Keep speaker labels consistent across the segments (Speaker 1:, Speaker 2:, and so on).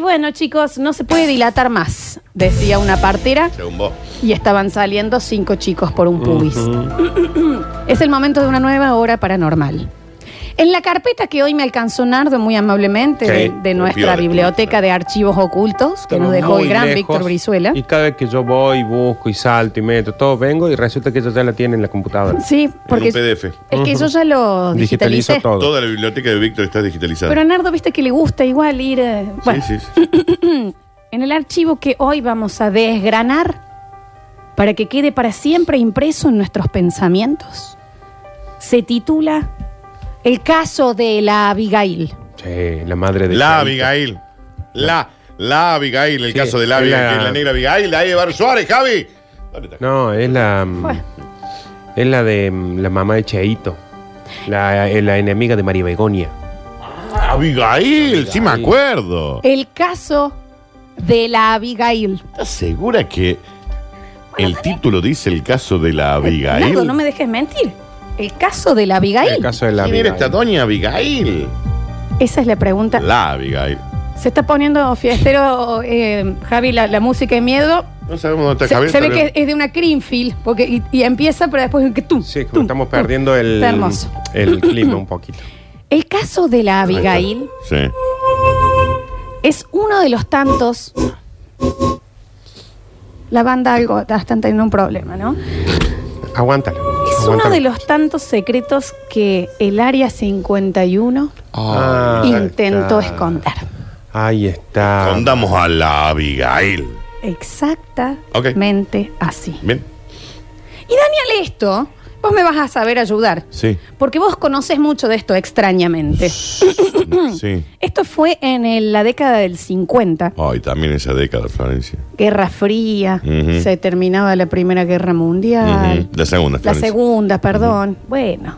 Speaker 1: bueno, chicos, no se puede dilatar más, decía una partera,
Speaker 2: Según vos.
Speaker 1: y estaban saliendo cinco chicos por un pubis. Es el momento de una nueva hora paranormal. En la carpeta que hoy me alcanzó Nardo muy amablemente
Speaker 2: Sí,
Speaker 1: de, de
Speaker 2: un
Speaker 1: nuestra
Speaker 2: piola,
Speaker 1: biblioteca
Speaker 2: claro.
Speaker 1: de archivos ocultos que nos
Speaker 3: Estamos
Speaker 1: dejó el
Speaker 3: muy
Speaker 1: gran
Speaker 3: lejos,
Speaker 1: Víctor Brizuela.
Speaker 3: Y cada vez que yo voy, busco y salto y meto, todo vengo y resulta que ellos ya la tienen en la computadora.
Speaker 1: Sí, porque
Speaker 2: un PDF.
Speaker 1: es que yo ya lo
Speaker 3: Digitalizo
Speaker 1: digitalicé.
Speaker 3: todo.
Speaker 2: Toda la biblioteca de Víctor está digitalizada.
Speaker 1: Pero a Nardo, viste que le gusta igual ir. eh, bueno,
Speaker 2: Sí, sí, sí.
Speaker 1: en el archivo que hoy vamos a desgranar para que quede para siempre impreso en nuestros pensamientos, se titula El caso de la Abigail.
Speaker 3: Sí, la madre de.
Speaker 2: La
Speaker 3: Santa.
Speaker 2: Abigail. La, la Abigail, el
Speaker 3: Sí,
Speaker 2: caso de la
Speaker 3: es
Speaker 2: Abigail,
Speaker 3: la-
Speaker 2: que es la negra Abigail, la Eva Suárez, Javi. ¿Dónde está?
Speaker 3: No, es la. mm,
Speaker 1: Bueno.
Speaker 3: Es la de mm, la mamá de Cheito. La, eh, la enemiga de María Begonia.
Speaker 2: Abigail, sí me acuerdo.
Speaker 1: El caso de la Abigail.
Speaker 2: ¿Estás segura que el título dice el caso de la Abigail?
Speaker 1: Nardo, no me dejes mentir. El caso de la
Speaker 3: El
Speaker 1: Abigail.
Speaker 3: caso de la.
Speaker 2: ¿Quién era
Speaker 3: Abigail.
Speaker 2: esta doña Abigail?
Speaker 1: Esa es la pregunta.
Speaker 2: La Abigail.
Speaker 1: Se está poniendo fiestero, eh, Javi, la, la música de miedo.
Speaker 2: No sabemos dónde
Speaker 1: Se,
Speaker 2: está Javier.
Speaker 1: se ve
Speaker 2: está
Speaker 1: que
Speaker 2: bien.
Speaker 1: es de una Greenfield, porque y, y empieza, pero después que tú.
Speaker 3: Sí, como estamos perdiendo el,
Speaker 1: Está hermoso.
Speaker 3: el clima un poquito.
Speaker 1: El caso de la
Speaker 2: Ahí está.
Speaker 1: Abigail
Speaker 2: Sí.
Speaker 1: es uno de los tantos. La banda algo están teniendo un problema, ¿no?
Speaker 3: Aguántala.
Speaker 1: Es uno
Speaker 3: aguántala.
Speaker 1: de los tantos secretos que el Área 51
Speaker 3: Ah,
Speaker 1: intentó
Speaker 3: está.
Speaker 1: esconder.
Speaker 3: Ahí está.
Speaker 2: Condamos a la Abigail.
Speaker 1: Exactamente así.
Speaker 2: Bien.
Speaker 1: Y Daniel, esto, vos me vas a saber ayudar,
Speaker 2: Sí.
Speaker 1: porque vos conoces mucho de esto extrañamente.
Speaker 2: Sí.
Speaker 1: Esto fue en el- la década del 50,
Speaker 2: Ay, también esa década, Florencia.
Speaker 1: Guerra Fría,
Speaker 2: Ujú.
Speaker 1: se terminaba la Primera Guerra Mundial.
Speaker 2: Ujú. La segunda,
Speaker 1: La
Speaker 2: Florencia.
Speaker 1: segunda, perdón. Bueno.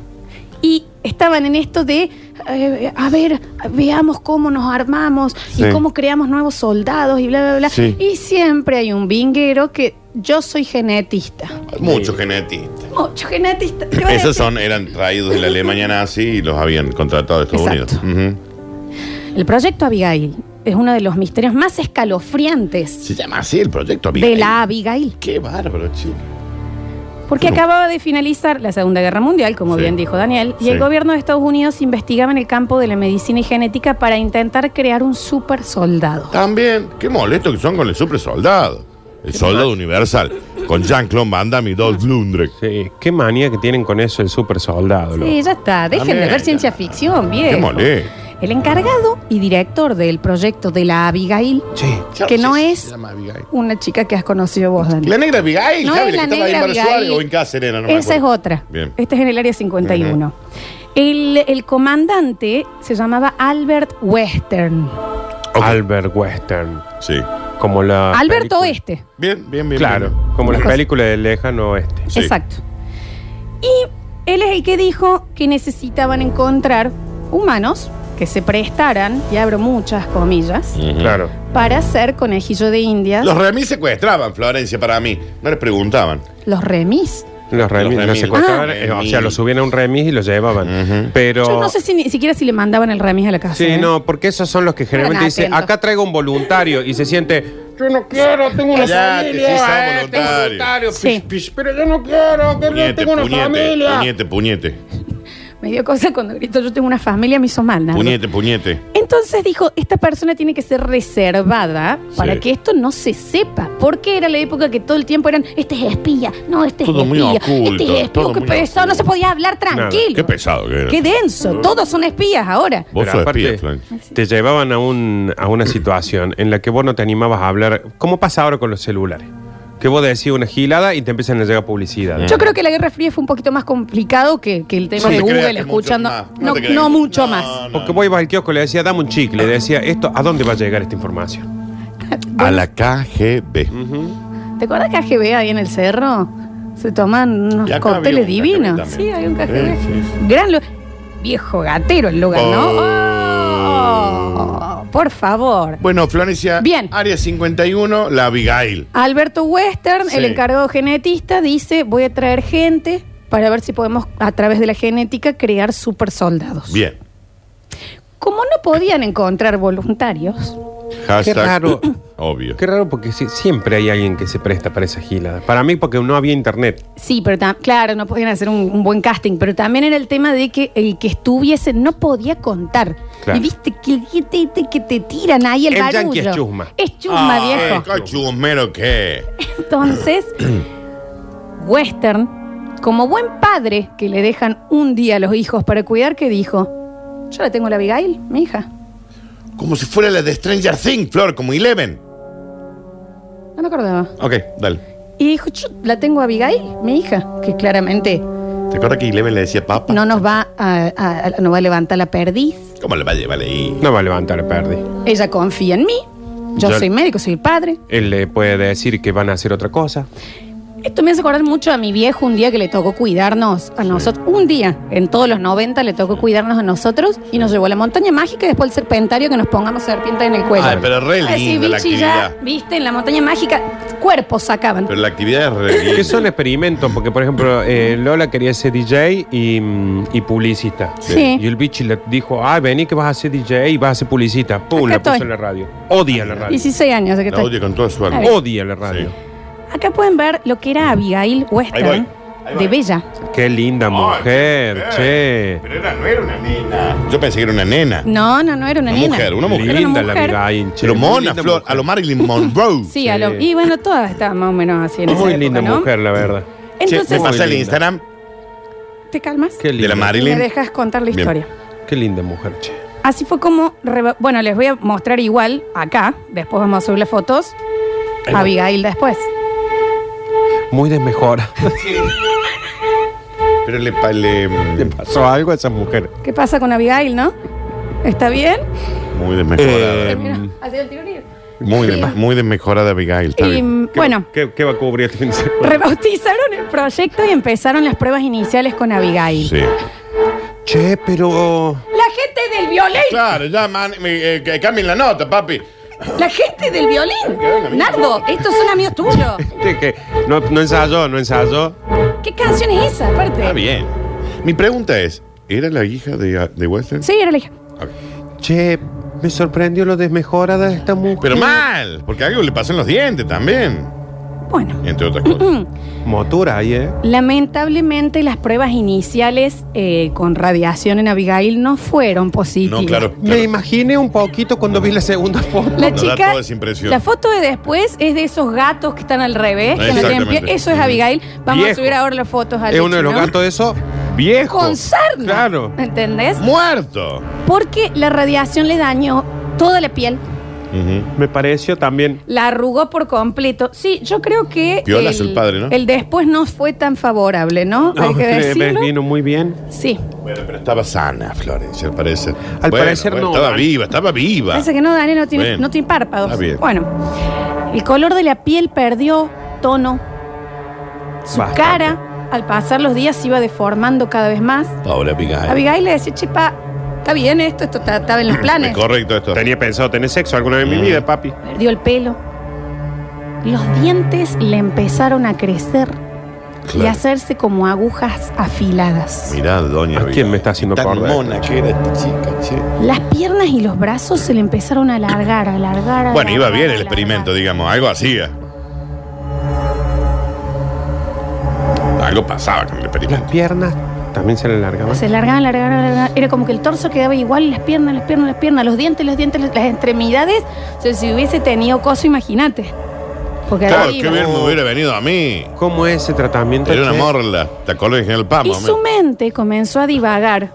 Speaker 1: Y estaban en esto de, eh, a ver, veamos cómo nos armamos y
Speaker 2: Sí.
Speaker 1: cómo creamos nuevos soldados y bla, bla, bla.
Speaker 2: Sí.
Speaker 1: Y siempre hay un vinguero que yo soy genetista.
Speaker 2: Muchos genetistas.
Speaker 1: Mucho genetista. ¿Qué vas a
Speaker 2: Esos
Speaker 1: decir?
Speaker 2: son, eran traídos de la Alemania nazi y los habían contratado de Estados
Speaker 1: Exacto.
Speaker 2: Unidos. Ujú.
Speaker 1: El proyecto Abigail es uno de los misterios más escalofriantes
Speaker 2: Se llama así el proyecto Abigail.
Speaker 1: de la Abigail.
Speaker 2: Qué bárbaro, chico.
Speaker 1: Porque
Speaker 2: No.
Speaker 1: acababa de finalizar la Segunda Guerra Mundial, como
Speaker 2: Sí.
Speaker 1: bien dijo Daniel, y
Speaker 2: Sí.
Speaker 1: el gobierno de Estados Unidos investigaba en el campo de la medicina y genética para intentar crear un super soldado.
Speaker 2: También, qué molesto que son con el super soldado. El soldado universal. Con Jean-Claude Van Damme y Dolph Lundgren.
Speaker 3: Sí, qué manía que tienen con eso el super soldado.
Speaker 1: Sí, ya está. Dejen de
Speaker 2: También,
Speaker 1: ver
Speaker 2: ya.
Speaker 1: ciencia ficción,
Speaker 2: Qué
Speaker 1: bien.
Speaker 2: molesto.
Speaker 1: El encargado y director del proyecto de la Abigail, que no es una chica que has conocido vos, Daniel.
Speaker 2: La negra Abigail,
Speaker 1: No
Speaker 2: Javi,
Speaker 1: es
Speaker 2: la
Speaker 1: la
Speaker 2: que estaba ahí en
Speaker 1: negra
Speaker 2: Barrio Suárez
Speaker 1: Abigail.
Speaker 2: o en Cáceres, no me
Speaker 1: Esa es
Speaker 2: acuerdo.
Speaker 1: otra.
Speaker 2: Bien.
Speaker 1: Este es en el área 51. el, el comandante se llamaba Albert Western.
Speaker 2: Ok.
Speaker 3: Albert Western.
Speaker 2: Sí.
Speaker 3: Como la.
Speaker 2: Ah,
Speaker 1: Alberto Este. Oeste.
Speaker 3: película-
Speaker 2: Bien, bien, bien. bien.
Speaker 3: Claro, como las películas del lejano oeste.
Speaker 2: Sí.
Speaker 1: Exacto. Y él es el que dijo que necesitaban encontrar humanos que se prestaran, y abro muchas comillas,
Speaker 2: Ujú.
Speaker 3: Claro.
Speaker 1: para hacer conejillo de indias
Speaker 2: Los remis secuestraban, Florencia, para mí. No les preguntaban.
Speaker 1: los remis.
Speaker 3: Los remis,
Speaker 2: Los
Speaker 3: los
Speaker 2: remis.
Speaker 3: secuestraban,
Speaker 2: Ah.
Speaker 3: eh, o sea, los subían a un remis y los llevaban.
Speaker 2: Ujú.
Speaker 3: Pero.
Speaker 1: Yo no sé si ni siquiera si le mandaban el remis a la casa.
Speaker 3: Sí,
Speaker 1: ¿eh?
Speaker 3: no, porque esos son los que generalmente dicen,
Speaker 1: atentos.
Speaker 3: acá traigo un voluntario y se siente, yo no quiero, tengo una
Speaker 2: Cállate, sí, son
Speaker 3: familia, eh, tengo un
Speaker 2: voluntarios.
Speaker 3: voluntario,
Speaker 1: Sí.
Speaker 3: pish, pish, pero yo no quiero, que no
Speaker 2: Puñete,
Speaker 3: tengo una
Speaker 2: puñete,
Speaker 3: familia.
Speaker 2: puñete, puñete.
Speaker 1: Me dio cosa cuando grito, yo tengo una familia, me hizo mal. Nardo.
Speaker 2: Puñete, puñete.
Speaker 1: Entonces dijo, esta persona tiene que ser reservada para
Speaker 2: Sí.
Speaker 1: que esto no se sepa. Porque era la época que todo el tiempo eran, este es espía, no, este
Speaker 2: Todo
Speaker 1: es
Speaker 2: muy
Speaker 1: espía,
Speaker 2: oculto,
Speaker 1: este es espía,
Speaker 2: todo
Speaker 1: qué
Speaker 2: muy
Speaker 1: pesado, no se
Speaker 2: oculto.
Speaker 1: podía hablar tranquilo.
Speaker 2: Qué pesado que era.
Speaker 1: Qué denso, todos son espías ahora.
Speaker 2: Vos
Speaker 3: Pero
Speaker 2: sos
Speaker 3: aparte,
Speaker 2: espía, Florencia.
Speaker 3: te llevaban a, un, a una situación en la que vos no te animabas a hablar. ¿Cómo pasa ahora con los celulares? Que vos decís una gilada y te empiezan a llegar
Speaker 2: Mm.
Speaker 3: publicidad.
Speaker 1: Yo creo que la Guerra Fría fue un poquito más complicado que, que el tema
Speaker 2: No
Speaker 1: de
Speaker 2: te creas
Speaker 1: Google
Speaker 2: que mucho
Speaker 1: escuchando.
Speaker 2: más.
Speaker 1: No,
Speaker 2: te creas
Speaker 1: no
Speaker 2: que-
Speaker 1: mucho
Speaker 2: no,
Speaker 1: más.
Speaker 2: no.
Speaker 3: O que vos ibas al kiosco y le decía, dame un chicle. Le decía, esto, ¿a dónde va a llegar esta información?
Speaker 2: A la KGB.
Speaker 1: ¿Te acuerdas que AGB ahí en el cerro? Se toman
Speaker 2: Y
Speaker 1: unos
Speaker 2: acá
Speaker 1: cócteles
Speaker 2: había un KGB
Speaker 1: divinos.
Speaker 2: también.
Speaker 1: Sí, hay un KGB.
Speaker 2: Sí, sí,
Speaker 1: Gran lu- Viejo gatero el lugar, ¿no?
Speaker 2: Oh.
Speaker 1: Oh, por favor.
Speaker 2: Bueno, Florencia.
Speaker 1: Bien.
Speaker 2: Área 51, la Abigail.
Speaker 1: Alberto Western,
Speaker 2: Sí.
Speaker 1: el encargado genetista, dice: Voy a traer gente para ver si podemos, a través de la genética, crear super soldados.
Speaker 2: Bien.
Speaker 1: Como no podían encontrar voluntarios,
Speaker 2: Hashtag.
Speaker 3: Qué raro.
Speaker 2: Obvio.
Speaker 3: Qué raro porque sí, siempre hay alguien que se presta para esa gilada. Para mí porque no había internet.
Speaker 1: Sí, pero tam- claro, no podían hacer un, un buen casting, pero también era el tema de que el que estuviese no podía contar.
Speaker 3: Claro.
Speaker 1: Y viste que, que te, te- que te tiran ahí el,
Speaker 3: El
Speaker 1: barullo.
Speaker 3: yankee es chusma.
Speaker 1: Es chusma,
Speaker 3: Ah,
Speaker 1: viejo.
Speaker 2: eh, ¿Qué chumero qué?
Speaker 1: Entonces, Western, como buen padre que le dejan un día a los hijos para cuidar, que dijo, yo la tengo la Abigail, mi hija.
Speaker 2: Como si fuera la de Stranger Things, Flor, como Eleven.
Speaker 1: No me acordaba.
Speaker 2: Ok, dale.
Speaker 1: Y dijo, yo la tengo a Abigail, mi hija, que claramente
Speaker 2: ¿Te acuerdas que Eleven le decía papá?
Speaker 1: no nos va a, a- a- no va a levantar la perdiz.
Speaker 2: ¿Cómo le va a llevar ahí?
Speaker 3: No va a levantar, perdí.
Speaker 1: Ella confía en mí. Yo
Speaker 3: Ya-
Speaker 1: soy médico, soy el padre.
Speaker 3: Él le puede decir que van a hacer otra cosa.
Speaker 1: Esto me hace acordar mucho a mi viejo un día que le tocó cuidarnos a nosotros. Un día, en todos los 90, le tocó cuidarnos a nosotros y nos llevó a la montaña mágica y después el serpentario que nos pongamos serpientes en el cuello.
Speaker 2: Ay, pero re
Speaker 1: Ah, sí,
Speaker 2: linda la
Speaker 1: bichi, ya,
Speaker 2: actividad.
Speaker 1: viste, en la montaña mágica cuerpos sacaban.
Speaker 2: Pero la actividad es re linda.
Speaker 3: Que son experimentos, porque por ejemplo, eh, Lola quería ser DJ y, mm, y publicista.
Speaker 1: Sí.
Speaker 3: Y el bichi le dijo, ah, vení que vas a ser DJ y vas a ser publicista. Pum,
Speaker 1: Acá
Speaker 3: la puso
Speaker 1: estoy.
Speaker 3: en la radio. Odia la radio.
Speaker 1: 16 años. acá
Speaker 2: La
Speaker 1: estoy.
Speaker 2: odia con toda su alma.
Speaker 3: Odia la radio.
Speaker 1: Acá pueden ver lo que era Abigail Western
Speaker 2: Ahí voy, ahí voy.
Speaker 1: de Bella.
Speaker 3: Qué linda mujer,
Speaker 2: eh.
Speaker 3: che.
Speaker 2: Pero era, no era una nena. Yo pensé que era una nena.
Speaker 1: No, no, no era una,
Speaker 2: Una
Speaker 1: nena.
Speaker 2: mujer, una mujer.
Speaker 1: Era
Speaker 3: Linda la
Speaker 1: mujer.
Speaker 3: Abigail, che.
Speaker 2: Pero
Speaker 3: Muy
Speaker 2: mona,
Speaker 3: linda
Speaker 2: Flor,
Speaker 3: mujer.
Speaker 2: a lo Marilyn Monroe.
Speaker 1: Sí, a lo-
Speaker 3: Sí.
Speaker 1: y bueno, todas estaban más o menos así en esa
Speaker 3: Muy
Speaker 1: época,
Speaker 3: linda
Speaker 1: ¿no?
Speaker 3: mujer, la verdad.
Speaker 2: Che,
Speaker 1: Entonces,
Speaker 2: me pasa el
Speaker 3: Muy linda.
Speaker 2: Instagram
Speaker 1: ¿te calmas?
Speaker 3: Qué
Speaker 2: de
Speaker 3: linda,
Speaker 2: la
Speaker 1: Y me
Speaker 2: Marilyn.
Speaker 1: dejas contar la
Speaker 2: Bien.
Speaker 1: historia.
Speaker 3: Qué linda mujer, che.
Speaker 1: Así fue como, reba- bueno, les voy a mostrar igual acá, después vamos a subir las fotos,
Speaker 2: Ahí va.
Speaker 1: a Abigail después.
Speaker 3: Muy desmejora.
Speaker 2: Pero le, pa- le-
Speaker 3: ¿Le pasó algo a esa mujer?
Speaker 1: ¿Qué pasa con Abigail, no? ¿Está bien?
Speaker 2: Muy desmejorada.
Speaker 3: Eh,
Speaker 1: Mira, así el tirorio.
Speaker 2: muy, de- muy desmejorada Abigail. Está
Speaker 1: Y
Speaker 2: bien.
Speaker 1: mm, bueno,
Speaker 3: ¿Qué, qué va a cubrir este fin de semana?
Speaker 1: rebautizaron el proyecto y empezaron las pruebas iniciales con Abigail.
Speaker 2: Sí.
Speaker 3: Che, pero.
Speaker 1: La gente del violín,
Speaker 2: Claro, ya, man, me- eh, que cambien la nota, papi.
Speaker 1: la gente del violín. Nardo, estos son amigos tuyos.
Speaker 3: Che, que no, no ensayó, no ensayó.
Speaker 1: ¿Qué canción es esa,
Speaker 2: Está
Speaker 1: aparte?
Speaker 2: bien. Mi pregunta es, ¿era la hija de, ah, de Western?
Speaker 1: Sí, era la hija.
Speaker 2: Ok.
Speaker 3: Che, me sorprendió lo desmejorada de esta mujer.
Speaker 2: Pero mal, porque algo le pasó en los dientes también,
Speaker 1: Bueno, Mm.
Speaker 2: entre otras cosas.
Speaker 3: Motura ahí, ¿eh?
Speaker 1: lamentablemente las pruebas iniciales eh, con radiación en Abigail no fueron positivas.
Speaker 2: No, claro.
Speaker 3: Me
Speaker 2: claro.
Speaker 3: imaginé un poquito cuando vi la segunda foto.
Speaker 1: La
Speaker 2: Nos da
Speaker 1: chica,
Speaker 2: toda esa impresión.
Speaker 1: la foto de después es de esos gatos que están al revés, que no tienen pie.
Speaker 2: Exactamente.
Speaker 1: Eso es Abigail. Vamos a
Speaker 3: Viejo.
Speaker 1: subir ahora las fotos al
Speaker 3: es uno de los
Speaker 1: Lichi, ¿no?
Speaker 3: gatos de esos viejos.
Speaker 1: Con sarna.
Speaker 3: Claro.
Speaker 1: ¿Entendés?
Speaker 2: ¡Muerto!
Speaker 1: Porque la radiación le dañó toda la piel,
Speaker 2: Ujú.
Speaker 3: Me pareció también.
Speaker 1: la arrugó por completo. Sí, yo creo que.
Speaker 2: Piola es el padre, ¿no?
Speaker 1: El después no fue tan favorable, ¿no? Hay que
Speaker 3: le- oh, me
Speaker 1: decirlo.
Speaker 3: vino muy bien.
Speaker 1: Sí.
Speaker 2: Bueno, pero estaba sana, Florencia, al parecer.
Speaker 3: Al
Speaker 2: Bueno,
Speaker 3: parecer
Speaker 2: bueno,
Speaker 3: no. ¿eh?
Speaker 2: Estaba viva, estaba viva.
Speaker 1: Parece que no, Daniel no tiene,
Speaker 2: Bueno.
Speaker 1: no tiene párpados.
Speaker 2: Está bien.
Speaker 1: Bueno, el color de la piel perdió tono. Su
Speaker 3: Bastante.
Speaker 1: cara, al pasar los días, se iba deformando cada vez más.
Speaker 2: Pobre Abigail.
Speaker 1: Abigail le decía, chepa, está bien esto, esto está, estaba en los planes.
Speaker 2: Correcto esto.
Speaker 3: Tenía pensado tener sexo alguna vez en mi
Speaker 2: Mm.
Speaker 3: vida, papi.
Speaker 1: Perdió el pelo. Los dientes le empezaron a crecer y a
Speaker 2: Claro.
Speaker 1: hacerse como agujas afiladas.
Speaker 2: Mirá, doña
Speaker 3: ¿A
Speaker 2: Abigail.
Speaker 3: quién me está haciendo
Speaker 2: Tan
Speaker 3: acordar?
Speaker 2: mona que era esta chica, che.
Speaker 1: Las piernas y los brazos se le empezaron a alargar, a alargar, a
Speaker 2: Bueno, iba
Speaker 1: alargar,
Speaker 2: bien
Speaker 1: a
Speaker 2: el
Speaker 1: alargar.
Speaker 2: experimento, digamos. Algo hacía. Algo pasaba con el
Speaker 3: Las
Speaker 2: experimento.
Speaker 3: piernas también se le
Speaker 2: ¿Ah?
Speaker 3: alargaban.
Speaker 1: Se alargaban, alargaban, alargaban. Era como que el torso quedaba igual, las piernas, las piernas, las piernas, los dientes, los dientes, las extremidades. O sea, si hubiese tenido coso, imagínate. Porque
Speaker 2: Claro,
Speaker 1: ahí
Speaker 2: qué
Speaker 1: iba.
Speaker 2: bien me hubiera venido a mí.
Speaker 3: ¿Cómo es ese tratamiento?
Speaker 2: Era una
Speaker 3: che?
Speaker 2: morla. Te acordás en el
Speaker 1: Y
Speaker 2: pamo.
Speaker 1: su mente comenzó a divagar.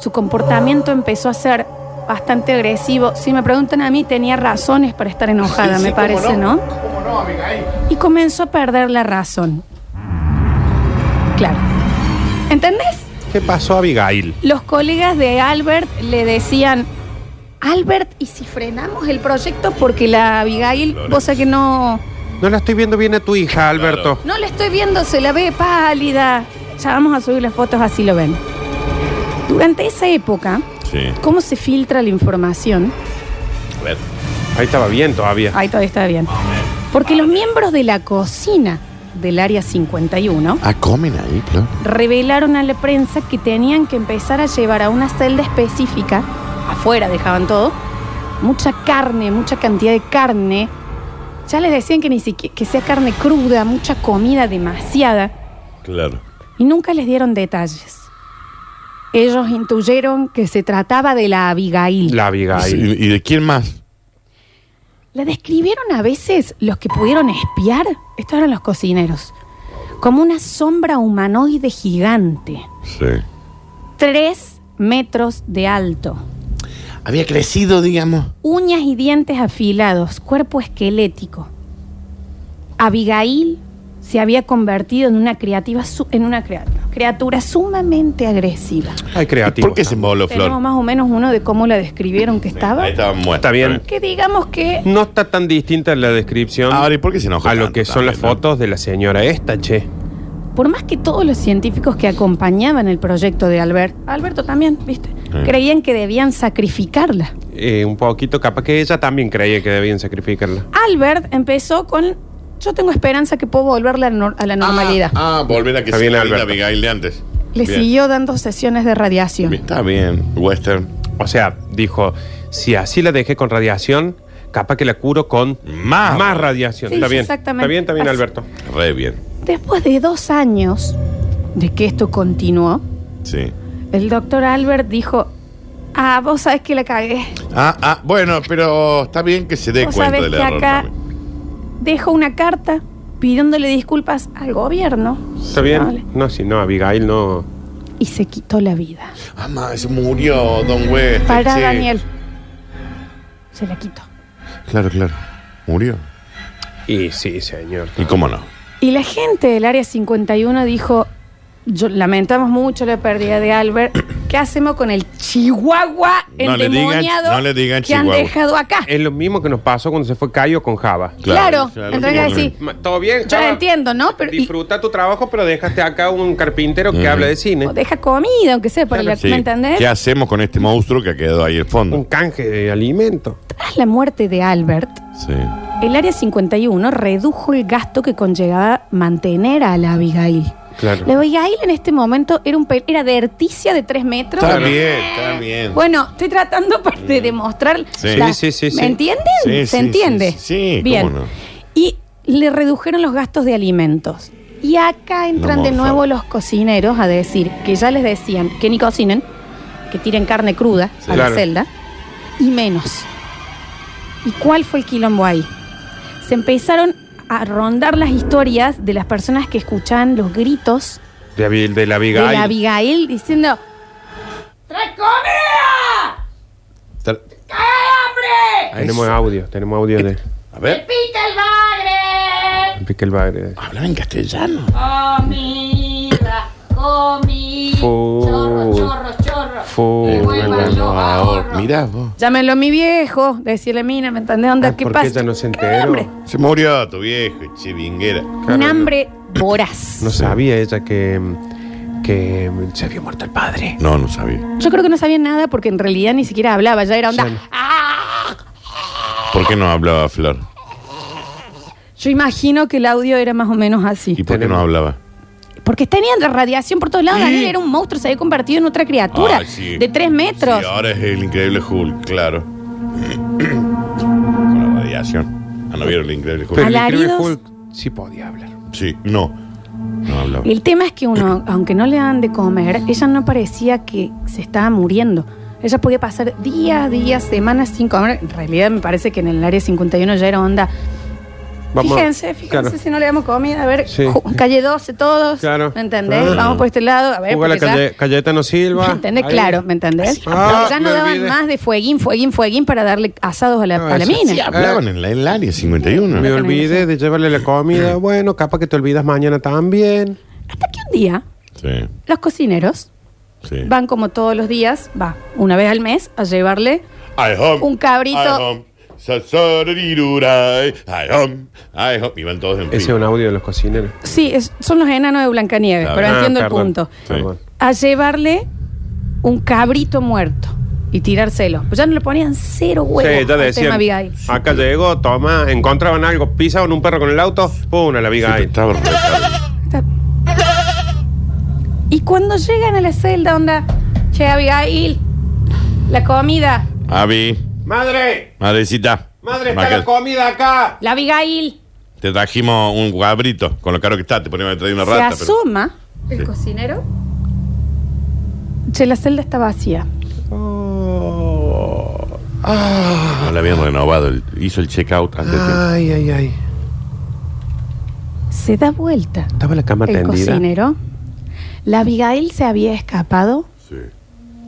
Speaker 1: Su comportamiento empezó a ser bastante agresivo. Si me preguntan a mí, tenía razones para estar enojada, me parece, ¿no?
Speaker 2: ¿Cómo no, Abigail?
Speaker 1: Y comenzó a perder la razón. Claro. ¿Entendés?
Speaker 3: ¿Qué pasó a Abigail?
Speaker 1: Los colegas de Albert le decían, Albert, ¿y si frenamos el proyecto? Porque la Abigail, cosa que no...
Speaker 3: No la estoy viendo bien a tu hija, Alberto.
Speaker 1: No la estoy viendo, se la ve pálida. Ya vamos a subir las fotos, así lo ven. Durante esa época,
Speaker 2: Sí.
Speaker 1: ¿Cómo se filtra la información?
Speaker 2: A ver.
Speaker 3: Ahí estaba bien todavía.
Speaker 1: Ahí todavía está bien. Porque los miembros de la cocina del Área 51
Speaker 2: Ah, comen ahí, claro.
Speaker 1: revelaron a la prensa que tenían que empezar a llevar a una celda específica, afuera dejaban todo, mucha carne, mucha cantidad de carne. Ya les decían que ni siquiera que sea carne cruda, mucha comida demasiada.
Speaker 2: Claro.
Speaker 1: Y nunca les dieron detalles. Ellos intuyeron que se trataba de la Abigail.
Speaker 3: La Abigail.
Speaker 2: ¿Y, y de quién más?
Speaker 1: La describieron a veces los que pudieron espiar, estos eran los cocineros, como una sombra humanoide gigante,
Speaker 2: Sí.
Speaker 1: tres metros de alto,
Speaker 2: Había crecido, digamos.
Speaker 1: uñas y dientes afilados, cuerpo esquelético. Abigail se había convertido en una, creativa su- en una crea- criatura sumamente agresiva.
Speaker 3: Hay creativos.
Speaker 2: ¿Por qué se emboló,
Speaker 1: Tenemos
Speaker 2: Flor?
Speaker 1: más o menos uno de cómo la describieron que estaba.
Speaker 2: Ahí estaba muerta.
Speaker 3: Está bien.
Speaker 1: Que digamos que
Speaker 3: No está tan distinta la descripción
Speaker 2: Ahora, ¿y por qué se enojó
Speaker 3: a lo
Speaker 2: tanto
Speaker 3: que son las
Speaker 2: también, no?
Speaker 3: fotos de la señora esta, che.
Speaker 1: Por más que todos los científicos que acompañaban el proyecto de Albert, Alberto también, ¿viste? Creían que debían sacrificarla.
Speaker 3: Eh, un poquito capaz que ella también creía que debían sacrificarla.
Speaker 1: Albert empezó con, yo tengo esperanza que puedo volver la nor- a la normalidad.
Speaker 2: Ah, ah, volver a que
Speaker 3: Está
Speaker 2: se
Speaker 3: bien,
Speaker 2: la vida
Speaker 3: Alberto.
Speaker 2: Abigail de antes.
Speaker 1: Le
Speaker 2: Bien.
Speaker 1: siguió dando sesiones de radiación.
Speaker 2: Bien, Está bien, Western.
Speaker 3: O sea, dijo, si así la dejé con radiación, capaz que la curo con
Speaker 2: Más.
Speaker 3: más radiación.
Speaker 1: Sí,
Speaker 3: está
Speaker 1: sí,
Speaker 3: bien.
Speaker 1: exactamente.
Speaker 3: Está bien, está bien,
Speaker 1: Así.
Speaker 3: Alberto.
Speaker 2: Re bien.
Speaker 1: Después de dos años de que esto continuó,
Speaker 2: Sí.
Speaker 1: el doctor Albert dijo, ah, vos sabés que la cagué.
Speaker 2: Ah, ah, bueno, pero está bien que se dé
Speaker 1: Vos
Speaker 2: cuenta
Speaker 1: sabés
Speaker 2: del
Speaker 1: que
Speaker 2: error.
Speaker 1: acá
Speaker 2: también.
Speaker 1: dejó una carta pidiéndole disculpas al gobierno.
Speaker 3: Está bien.
Speaker 1: Vale.
Speaker 3: No, si no, Abigail no.
Speaker 1: Y se quitó la vida.
Speaker 2: Ah, ma, se murió Don Western.
Speaker 1: Para
Speaker 2: che.
Speaker 1: Daniel. Se la quito.
Speaker 2: Claro, claro. Murió.
Speaker 3: Y sí, señor.
Speaker 2: ¿Y cómo no?
Speaker 1: Y la gente del área 51 dijo: "Yo- Lamentamos mucho la pérdida de Albert. ¿Qué hacemos con el chihuahua
Speaker 2: No le digan-
Speaker 1: endemoniado
Speaker 2: no le digan
Speaker 1: que
Speaker 2: chihuahua.
Speaker 1: han dejado acá?
Speaker 3: Es lo mismo que nos pasó cuando se fue Cayo con Java.
Speaker 1: Claro,
Speaker 2: claro,
Speaker 1: entonces
Speaker 2: claro.
Speaker 1: así.
Speaker 3: Ma- Todo bien,
Speaker 1: Yo
Speaker 3: Java?
Speaker 1: entiendo, ¿no? Pero, y-
Speaker 3: Disfruta tu trabajo, pero dejaste acá un carpintero que
Speaker 2: Mm.
Speaker 3: habla de cine.
Speaker 1: o deja comida, aunque sea para la.
Speaker 2: Sí.
Speaker 1: ¿Me entendés?
Speaker 2: ¿Qué hacemos con este monstruo que ha quedado ahí al
Speaker 3: Un
Speaker 2: fondo?
Speaker 3: canje de alimento.
Speaker 1: Tras la muerte de Albert,
Speaker 2: Sí.
Speaker 1: el área 51 redujo el gasto que conllevaba mantener a la Abigail.
Speaker 3: Claro.
Speaker 1: La Abigail en este momento era, un pe- era de Erticia de 3 metros.
Speaker 2: Está bien, está bien.
Speaker 1: Bueno, estoy tratando pa- de demostrar.
Speaker 2: Sí.
Speaker 1: la-
Speaker 3: Sí, sí, sí,
Speaker 1: ¿Me
Speaker 3: sí.
Speaker 1: entienden?
Speaker 2: Sí,
Speaker 1: ¿Se
Speaker 2: sí,
Speaker 1: entiende?
Speaker 2: sí, sí, sí,
Speaker 1: Bien.
Speaker 2: cómo no.
Speaker 1: Y le redujeron los gastos de alimentos. Y acá entran
Speaker 2: No,
Speaker 1: de
Speaker 2: por
Speaker 1: nuevo
Speaker 2: favor.
Speaker 1: los cocineros a decir que ya les decían que ni cocinen, que tiren carne cruda
Speaker 3: Sí.
Speaker 1: a
Speaker 3: Claro.
Speaker 1: la celda, y menos. ¿Y cuál fue el quilombo ahí? Se empezaron a rondar las historias de las personas que escuchaban los gritos
Speaker 3: De, Abi- de
Speaker 1: de
Speaker 3: la Abigail.
Speaker 1: la Abigail diciendo
Speaker 2: Está-
Speaker 3: Tenemos audio, tenemos audio de.
Speaker 2: A ver,
Speaker 4: ¡Pita el bagre!
Speaker 3: Pique el bagre.
Speaker 2: hablan en castellano.
Speaker 4: Comida, comida.
Speaker 3: Fu-
Speaker 4: Chorro, chorro, chorro.
Speaker 3: Fu-
Speaker 2: Eh,
Speaker 4: Vuelvan
Speaker 2: bueno,
Speaker 4: los
Speaker 2: no,
Speaker 4: ahorros.
Speaker 2: ahora. Mirá vos.
Speaker 1: Llámelo a mi viejo, decirle, mina, ¿me entendés? Onda,
Speaker 3: Ah,
Speaker 1: ¿qué
Speaker 3: ¿por
Speaker 1: pasa?
Speaker 3: qué ella no se
Speaker 1: Qué
Speaker 3: enteró?
Speaker 1: hambre.
Speaker 2: Se murió tu viejo, chivinguera.
Speaker 1: Un hambre voraz.
Speaker 3: No sabía ella que, que se había muerto el padre.
Speaker 2: No, no sabía.
Speaker 1: Yo creo que no sabía nada porque en realidad ni siquiera hablaba, ya era onda. Ah,
Speaker 3: Ya no.
Speaker 2: ¿Por qué no hablaba Flor?
Speaker 1: Yo imagino que el audio era más o menos así.
Speaker 2: ¿Y por qué
Speaker 3: Tenemos-
Speaker 2: no hablaba?
Speaker 1: Porque tenían radiación por todos lados. Daniel era un monstruo, se había convertido en otra criatura
Speaker 2: Ah, sí.
Speaker 1: de tres metros.
Speaker 3: ah.
Speaker 2: Sí, ahora es el increíble Hulk, claro. Con la radiación. Ah, no vieron el increíble Hulk.
Speaker 3: Pero el
Speaker 1: Alaridos.
Speaker 3: increíble Hulk sí podía hablar.
Speaker 2: Sí, no. No hablaba.
Speaker 1: El tema es que uno, aunque no le dan de comer, ella no parecía que se estaba muriendo. Ella podía pasar días, días, semanas sin comer. En realidad me parece que en el área 51 ya era onda.
Speaker 3: Vamos-
Speaker 1: fíjense, fíjense
Speaker 3: claro.
Speaker 1: si no le damos comida. A ver,
Speaker 3: Sí.
Speaker 1: ju- calle 12 todos.
Speaker 3: Claro.
Speaker 1: ¿Me entendés?
Speaker 3: Claro.
Speaker 1: Vamos por este lado. A ver,
Speaker 3: Juga la
Speaker 1: porque ya-
Speaker 3: calle, Cayetano Silva.
Speaker 1: ¿Me entendés?
Speaker 3: Ahí.
Speaker 1: Claro, ¿me entendés?
Speaker 3: Ah,
Speaker 1: ya no
Speaker 3: me
Speaker 1: daban
Speaker 3: olvidé.
Speaker 1: más de fueguín, fueguín, fueguín para darle asados a la,
Speaker 3: No,
Speaker 1: a la
Speaker 3: eso
Speaker 1: mina.
Speaker 3: sí,
Speaker 2: Ya hablaban en, la, en el área 51.
Speaker 3: Me
Speaker 1: que no
Speaker 3: olvidé
Speaker 1: dice. Mm.
Speaker 3: de llevarle la comida. Bueno, capaz que te olvidas mañana también.
Speaker 1: Hasta que un día,
Speaker 2: Sí,
Speaker 1: los cocineros
Speaker 2: sí.
Speaker 1: van como todos los días, va, una vez al mes, a llevarle
Speaker 2: I home,
Speaker 1: Un cabrito.
Speaker 2: I home, sa- sararirurai, I home, I home. Iban todos en
Speaker 3: Ese es
Speaker 2: fila.
Speaker 3: un audio de los cocineros.
Speaker 1: Sí, es- son los enanos de Blancanieves,
Speaker 2: Claro.
Speaker 1: pero
Speaker 2: Ah,
Speaker 1: entiendo
Speaker 3: perdón,
Speaker 1: el punto.
Speaker 3: perdón.
Speaker 1: A llevarle un cabrito muerto y tirárselo. Pues ya no le ponían cero huevo
Speaker 3: Sí, ya
Speaker 1: al tema
Speaker 3: decían.
Speaker 1: Abigail.
Speaker 3: Acá llegó, toma, encontraban algo, pisaban un perro con el auto, pum, a
Speaker 2: Siempre
Speaker 3: la Abigail.
Speaker 2: estaba re-
Speaker 1: Está- Y cuando llegan a la celda, onda, che, Abigail, la comida,
Speaker 2: Avi,
Speaker 3: ¡Madre!
Speaker 2: Madrecita.
Speaker 3: ¡Madre, está
Speaker 2: Maca-
Speaker 3: la comida acá!
Speaker 1: La Abigail
Speaker 2: Te trajimos un guabrito, con lo caro que está, te poníamos a traer una
Speaker 1: se
Speaker 2: rata. pero-
Speaker 1: asoma.
Speaker 4: ¿El
Speaker 2: Sí.
Speaker 4: cocinero?
Speaker 1: Che, la celda está vacía. Oh.
Speaker 3: Ah.
Speaker 2: No la habían renovado, el- hizo el check-out antes de tiempo.
Speaker 3: Ay, ay, ay.
Speaker 1: Se da vuelta
Speaker 3: Estaba la cama
Speaker 1: el
Speaker 3: tendida.
Speaker 1: cocinero. La Abigail se había escapado
Speaker 2: Sí.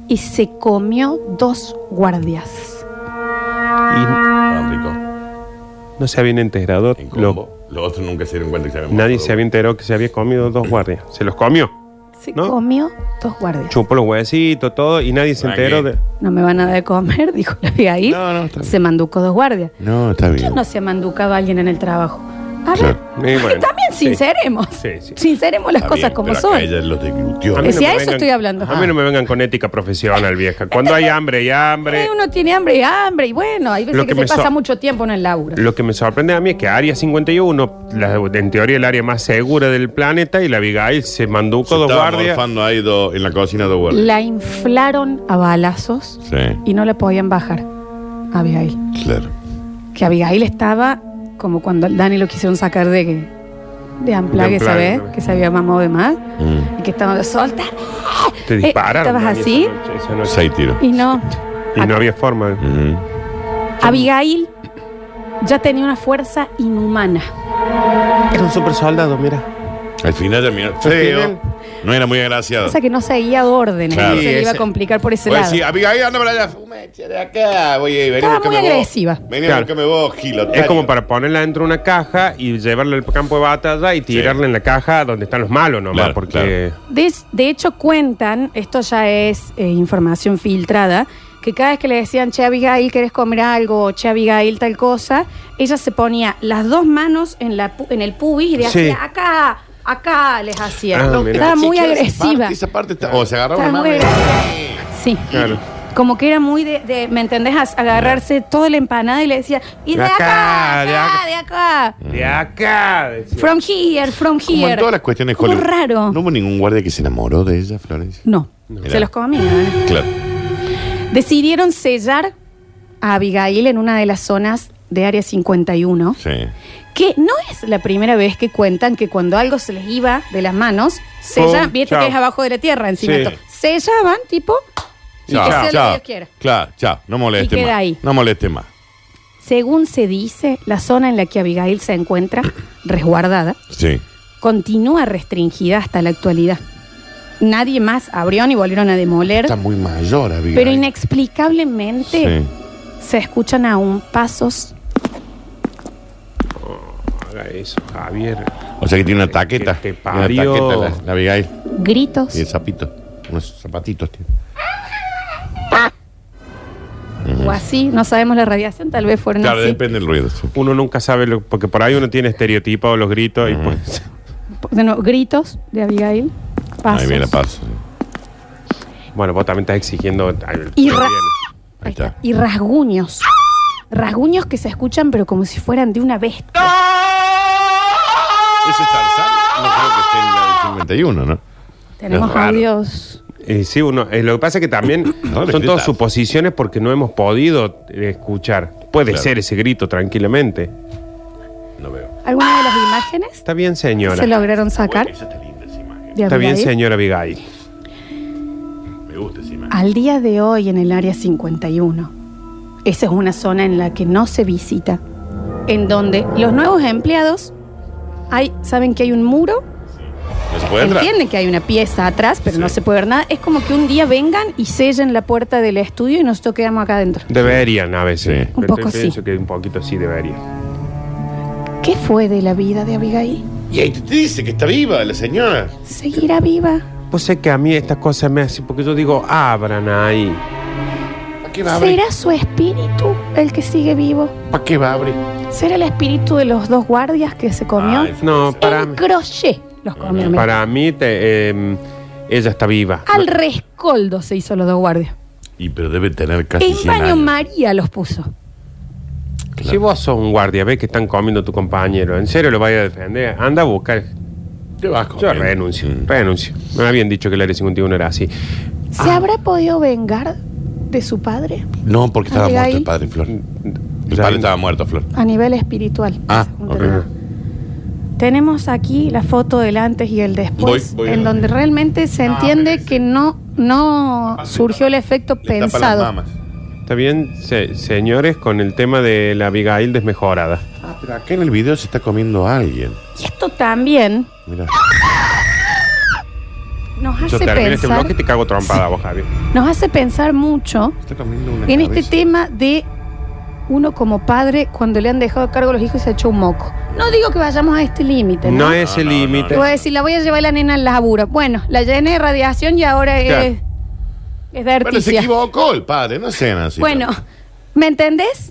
Speaker 1: y se comió dos guardias.
Speaker 3: Y
Speaker 2: Estaban ricos.
Speaker 3: no se habían enterado.
Speaker 2: En
Speaker 3: lo-
Speaker 2: combo. Los otros nunca se dieron cuenta que se habían
Speaker 3: nadie
Speaker 2: matado.
Speaker 3: se había enterado que se había comido dos guardias. Se los comió.
Speaker 1: Se
Speaker 3: ¿No?
Speaker 1: comió dos guardias.
Speaker 3: Chupó los huesitos, todo, y nadie se enteró de.
Speaker 1: No me van a dar de comer, dijo la Abigail.
Speaker 2: No, no, está bien.
Speaker 1: se manducó dos guardias.
Speaker 2: No, está bien.
Speaker 1: ¿Quién no se ha manducado a alguien en el trabajo? A ver,
Speaker 2: Claro.
Speaker 3: Y bueno,
Speaker 1: también
Speaker 3: sí.
Speaker 1: sinceremos.
Speaker 3: Sí, sí.
Speaker 1: Sinceremos las
Speaker 2: Está
Speaker 1: cosas
Speaker 2: bien,
Speaker 1: como
Speaker 2: pero acá
Speaker 1: son. Eh,
Speaker 2: Ella los deglutió.
Speaker 3: A mí
Speaker 1: Es-
Speaker 3: no
Speaker 1: Si
Speaker 3: me
Speaker 1: a eso estoy hablando. ah. Este
Speaker 3: A mí no me vengan con ética profesional, vieja. Cuando hay hambre, hay hambre.
Speaker 1: Eh, Uno tiene hambre y hambre, y bueno, hay veces
Speaker 3: Lo
Speaker 1: que,
Speaker 3: que
Speaker 1: se
Speaker 3: me so-
Speaker 1: pasa mucho tiempo en el laburo.
Speaker 3: Lo que me sorprende a mí es que Área 51, la- en teoría el área más segura del planeta, y la Abigail se
Speaker 2: Se
Speaker 3: manduco dos
Speaker 2: estaba
Speaker 3: guardias.
Speaker 2: morfando ahí dos- en la cocina dos guardias.
Speaker 1: La inflaron a balazos
Speaker 2: Sí,
Speaker 1: y no la podían bajar a Abigail.
Speaker 2: claro.
Speaker 1: Que Abigail estaba como cuando al Dani lo quisieron sacar de, de Amplague,
Speaker 3: Unplugged,
Speaker 1: ¿sabes?
Speaker 3: ¿no?
Speaker 1: Que se había mamado de más.
Speaker 2: Mm.
Speaker 1: Y que estaban de solta.
Speaker 3: Te
Speaker 1: Eh,
Speaker 3: dispararon.
Speaker 1: ¿Estabas
Speaker 3: Dani,
Speaker 1: así?
Speaker 3: esa noche, esa noche.
Speaker 2: Seis tiros.
Speaker 1: Y no.
Speaker 3: Y no había forma.
Speaker 2: Mm.
Speaker 1: Abigail ya tenía una fuerza inhumana.
Speaker 3: Era un super soldado, mira.
Speaker 2: Al final terminó feo.
Speaker 3: final-
Speaker 2: No era muy agraciado.
Speaker 1: Cosa que no seguía órdenes.
Speaker 2: Claro.
Speaker 1: y
Speaker 3: Sí,
Speaker 1: se le iba a
Speaker 3: ese-
Speaker 1: complicar por ese
Speaker 2: Voy a
Speaker 1: lado.
Speaker 2: decir, Abigail, anda para allá, fumeche de acá. Oye, vení,
Speaker 1: Estaba
Speaker 2: búscame
Speaker 1: muy
Speaker 2: vos.
Speaker 1: agresiva.
Speaker 2: Vení,
Speaker 3: Claro.
Speaker 2: búscame vos, Gilo.
Speaker 3: Es como para ponerla dentro de una caja y llevarla al campo de batalla y tirarla en la caja donde están los malos nomás,
Speaker 2: Claro,
Speaker 3: porque
Speaker 1: De, de hecho, cuentan, esto ya es eh, información filtrada, que cada vez que le decían, che, Abigail, ¿querés comer algo? O, Che, Abigail, tal cosa, ella se ponía las dos manos en, la, pu- en el pubis y le
Speaker 3: Sí.
Speaker 1: hacía, acá, acá, les hacía.
Speaker 3: Ah, mira.
Speaker 1: Estaba muy agresiva.
Speaker 2: Esa parte está. O se agarraba
Speaker 1: Estaba
Speaker 2: una
Speaker 1: muy
Speaker 2: mano. y-
Speaker 1: agresiva. Sí.
Speaker 3: Claro.
Speaker 1: Como que era muy de, de, ¿me entendés? As- Agarrarse toda la empanada y le decía, y de
Speaker 3: De
Speaker 1: acá,
Speaker 3: acá,
Speaker 1: de
Speaker 3: de
Speaker 1: acá, de acá.
Speaker 2: Mm.
Speaker 3: de acá. decía.
Speaker 1: From here, from here.
Speaker 2: Como en todas las cuestiones de
Speaker 1: Como
Speaker 2: Hollywood.
Speaker 1: raro.
Speaker 2: No
Speaker 1: No.
Speaker 2: hubo ningún guardia que se enamoró de ella, Florencia.
Speaker 1: Se los comía. ¿eh?
Speaker 2: Claro.
Speaker 1: Decidieron sellar a Abigail en una de las zonas de Área 51,
Speaker 2: Sí.
Speaker 1: que no es la primera vez que cuentan que cuando algo se les iba de las manos, sellaban,
Speaker 3: Pum,
Speaker 1: viste
Speaker 3: chao.
Speaker 1: que es abajo de la tierra encima
Speaker 3: Sí.
Speaker 1: esto, sellaban tipo, y que sea lo que Dios quiera.
Speaker 2: Claro, chao. No moleste
Speaker 1: Y queda
Speaker 2: más.
Speaker 1: ahí.
Speaker 2: No moleste más.
Speaker 1: Según se dice, la zona en la que Abigail se encuentra resguardada
Speaker 2: Sí.
Speaker 1: continúa restringida hasta la actualidad. Nadie más abrió ni volvieron a demoler,
Speaker 2: Está muy mayor, Abigail.
Speaker 1: pero inexplicablemente
Speaker 2: Sí.
Speaker 1: se escuchan aún pasos
Speaker 3: Haga eso, Javier.
Speaker 2: O sea que tiene una taqueta.
Speaker 3: Que te
Speaker 2: Una
Speaker 3: parió.
Speaker 2: taqueta la, la Abigail.
Speaker 1: gritos.
Speaker 2: Y el sapito. Unos zapatitos tiene.
Speaker 1: Ah, o así, no sabemos la radiación, tal vez fueron
Speaker 2: Claro,
Speaker 1: así.
Speaker 2: depende del ruido. sí.
Speaker 3: Uno nunca sabe, lo- porque por ahí uno tiene estereotipado los gritos
Speaker 2: Mm.
Speaker 3: y pues.
Speaker 1: De nuevo, gritos de Abigail, pasos.
Speaker 2: Ahí viene paso.
Speaker 3: Bueno, vos también estás exigiendo.
Speaker 1: Y
Speaker 3: Y
Speaker 1: ra-
Speaker 2: Ahí está.
Speaker 1: Y rasguños. Rasguños que se escuchan, pero como si fueran de una bestia.
Speaker 2: ¿Ese Tarzán? No creo que esté en la del 51, ¿no?
Speaker 1: Tenemos
Speaker 2: es raro.
Speaker 1: audios.
Speaker 3: Eh, sí, uno, eh, lo que pasa es que también
Speaker 2: le
Speaker 3: son
Speaker 2: gritas.
Speaker 3: todas suposiciones porque no hemos podido eh, escuchar. Puede
Speaker 2: Claro.
Speaker 3: ser ese grito tranquilamente.
Speaker 2: No veo.
Speaker 1: ¿Alguna de las imágenes
Speaker 3: Está bien, señora.
Speaker 1: se lograron sacar?
Speaker 2: Esa está linda esa imagen.
Speaker 1: de
Speaker 3: Está bien,
Speaker 1: Abigail?
Speaker 3: señora Abigail.
Speaker 2: Me gusta esa imagen.
Speaker 1: Al día de hoy en el área 51, esa es una zona en la que no se visita, en donde los nuevos empleados hay, saben que hay un muro, Ah,
Speaker 2: ¿No se puede entrar?
Speaker 1: entienden que hay una pieza atrás, pero no
Speaker 2: Sí.
Speaker 1: se puede ver nada. Es como que un día vengan y sellen la puerta del estudio y nosotros quedamos acá adentro.
Speaker 3: Deberían a veces.
Speaker 2: Sí.
Speaker 1: Un
Speaker 3: Pero
Speaker 1: poco sí.
Speaker 3: pienso que un poquito sí debería.
Speaker 1: ¿Qué fue de la vida de Abigail?
Speaker 2: Y ahí te te dice que está viva la señora.
Speaker 1: ¿Seguirá viva?
Speaker 3: Pues sé que a mí estas cosas me hacen porque yo digo, abran ahí.
Speaker 2: ¿Para qué va a abrir?
Speaker 1: ¿Será su espíritu el que sigue vivo?
Speaker 2: ¿Para qué va a abrir?
Speaker 1: ¿Será el espíritu de los dos guardias que se comió?
Speaker 2: Ay,
Speaker 3: No, para,
Speaker 1: el crochet los comió. mira.
Speaker 3: para mí te, eh, ella está viva.
Speaker 1: Al rescoldo se hizo los dos guardias.
Speaker 2: Y pero debe tener casi
Speaker 1: En
Speaker 2: 100
Speaker 1: baño
Speaker 2: años.
Speaker 1: María los puso.
Speaker 3: Si vos sos un guardia, ves que están comiendo a tu compañero, ¿en serio lo vayas a defender? Anda a buscar.
Speaker 2: Te vas
Speaker 3: Yo
Speaker 2: comiendo.
Speaker 3: renuncio,
Speaker 2: Mm. Ah.
Speaker 3: renuncio. Me habían dicho que el área 51 era así.
Speaker 1: ¿Se habrá podido vengar muerte de su padre
Speaker 2: No, porque estaba
Speaker 1: Abigail.
Speaker 2: muerto el padre, Flor. El
Speaker 3: Ya-
Speaker 2: padre estaba muerto, Flor.
Speaker 1: a nivel espiritual.
Speaker 2: Ah,
Speaker 1: Junto
Speaker 2: ok.
Speaker 1: a- Tenemos aquí la foto del antes y el después,
Speaker 2: Voy- voy
Speaker 1: en
Speaker 2: a- Ah,
Speaker 1: donde realmente se entiende que no, no surgió el efecto
Speaker 2: Le tapa las
Speaker 1: pensado.
Speaker 2: mamas.
Speaker 3: Está bien, se- señores, con el tema de la Abigail desmejorada.
Speaker 2: Ah, pero acá en el video se está comiendo a alguien.
Speaker 1: Y esto también
Speaker 2: Mira.
Speaker 1: nos
Speaker 3: Yo
Speaker 1: hace
Speaker 3: termino este
Speaker 1: pensar,
Speaker 3: bloque y te cago trompada vos, Javier.
Speaker 1: nos hace pensar mucho
Speaker 2: Está comiendo una
Speaker 1: en este
Speaker 2: cabeza.
Speaker 1: tema de uno como padre cuando le han dejado a cargo a los hijos y se ha hecho un moco. No digo que vayamos a este límite, ¿no?
Speaker 3: No es el
Speaker 2: No, no, no,
Speaker 3: límite.
Speaker 1: Te voy a decir, la voy a llevar la nena al laburo. Bueno, la llené de radiación y ahora es,
Speaker 3: Claro.
Speaker 1: es de
Speaker 2: Pero se
Speaker 1: articia.
Speaker 2: equivocó el padre, no sean así.
Speaker 1: Bueno, ¿me entendés?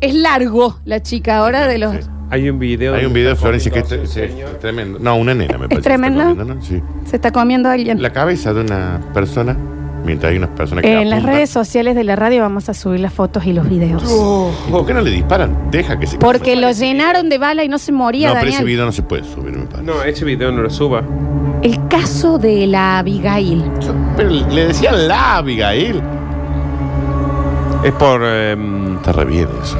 Speaker 1: Es largo la chica ahora de los...
Speaker 2: Sí.
Speaker 3: Hay un video.
Speaker 2: Hay un
Speaker 3: donde
Speaker 2: video de
Speaker 3: está
Speaker 2: Florencia que es,
Speaker 3: comiendo
Speaker 2: es-
Speaker 3: un
Speaker 2: es-
Speaker 3: señor.
Speaker 2: es tremendo. No, una nena me parece. que está
Speaker 1: tremendo?
Speaker 2: comiendo, ¿no? Sí.
Speaker 1: Se está comiendo alguien. Eh,
Speaker 2: La cabeza de una persona, mientras hay unas personas que
Speaker 1: en las
Speaker 2: apuntan.
Speaker 1: redes sociales de la radio vamos a subir las fotos y los videos.
Speaker 2: ¿Y ¿Por qué no le disparan? Deja Oh, que se
Speaker 1: Porque
Speaker 2: coma.
Speaker 1: lo llenaron de bala y no se moría,
Speaker 2: No, pero ese
Speaker 1: Daniel.
Speaker 2: video no se puede subir, me parece.
Speaker 3: No, ese video no lo suba.
Speaker 1: El caso de la Abigail.
Speaker 2: Yo- Pero le decía la Abigail.
Speaker 3: Es por, em,
Speaker 2: Está re bien eso.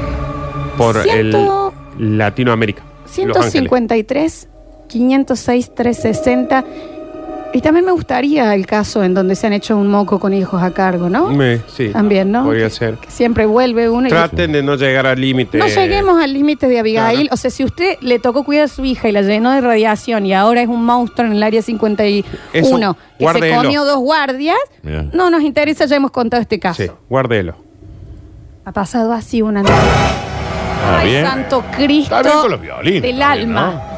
Speaker 3: por
Speaker 1: Ciento-
Speaker 3: el Latinoamérica. Los Ángeles.
Speaker 1: 153, 506, 360. Y también me gustaría el caso en donde se han hecho un moco con hijos a cargo, ¿no?
Speaker 3: Me- Eh, sí.
Speaker 1: También, ¿no?
Speaker 3: Podría
Speaker 1: Que-
Speaker 3: ser.
Speaker 1: que siempre vuelve uno y
Speaker 3: Traten de no llegar al límite.
Speaker 1: No lleguemos al límite de Abigail. O sea, si usted le tocó cuidar a su hija y la llenó de radiación y ahora es un monstruo en el área 51
Speaker 3: Eso,
Speaker 1: que se
Speaker 3: guárdelo.
Speaker 1: comió dos guardias,
Speaker 2: Mirá.
Speaker 1: no nos interesa, ya hemos contado este caso.
Speaker 3: Sí, guárdelo.
Speaker 1: Ha pasado así una noche.
Speaker 2: Está
Speaker 1: Ay,
Speaker 2: bien.
Speaker 1: santo Cristo.
Speaker 2: Está bien con los violines.
Speaker 1: Del
Speaker 2: está bien,
Speaker 1: alma.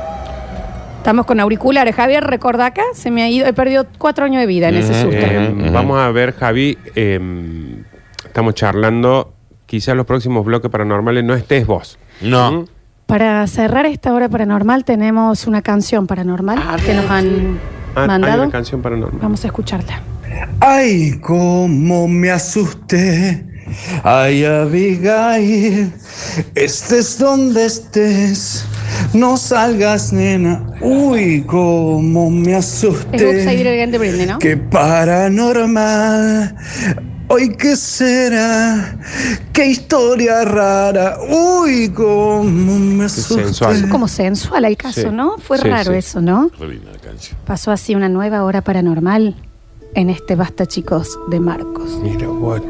Speaker 1: Estamos con auriculares. Javier, recordá acá, se me ha ido, he perdido cuatro años de vida en ese
Speaker 2: Ujú.
Speaker 1: susto.
Speaker 3: Eh,
Speaker 2: Ujú, ujú.
Speaker 3: Vamos a ver, Javi. eh, estamos charlando. Quizás los próximos bloques paranormales no estés vos.
Speaker 2: ¿no? No.
Speaker 3: Mm.
Speaker 1: Para cerrar esta hora paranormal tenemos una canción paranormal que nos han
Speaker 3: Ah, Hay
Speaker 1: mandado.
Speaker 3: una canción paranormal.
Speaker 1: Vamos a escucharla.
Speaker 5: Ay, cómo me asusté. Ay, Abigail, estés donde estés. No salgas, nena. Uy, cómo me
Speaker 1: Es Upside
Speaker 5: asusté.
Speaker 1: Down de Britney, ¿no?
Speaker 5: Qué paranormal. Hoy qué será, qué historia rara. Uy, cómo me asusté.
Speaker 3: sensual.
Speaker 1: Fue como sensual el caso,
Speaker 3: Sí.
Speaker 1: ¿no? Fue
Speaker 3: Sí,
Speaker 1: raro
Speaker 3: sí.
Speaker 1: eso, ¿no?
Speaker 2: Re linda la canción.
Speaker 1: Pasó así una nueva hora paranormal en este Basta, chicos, de Marcos.
Speaker 3: Mira, vos.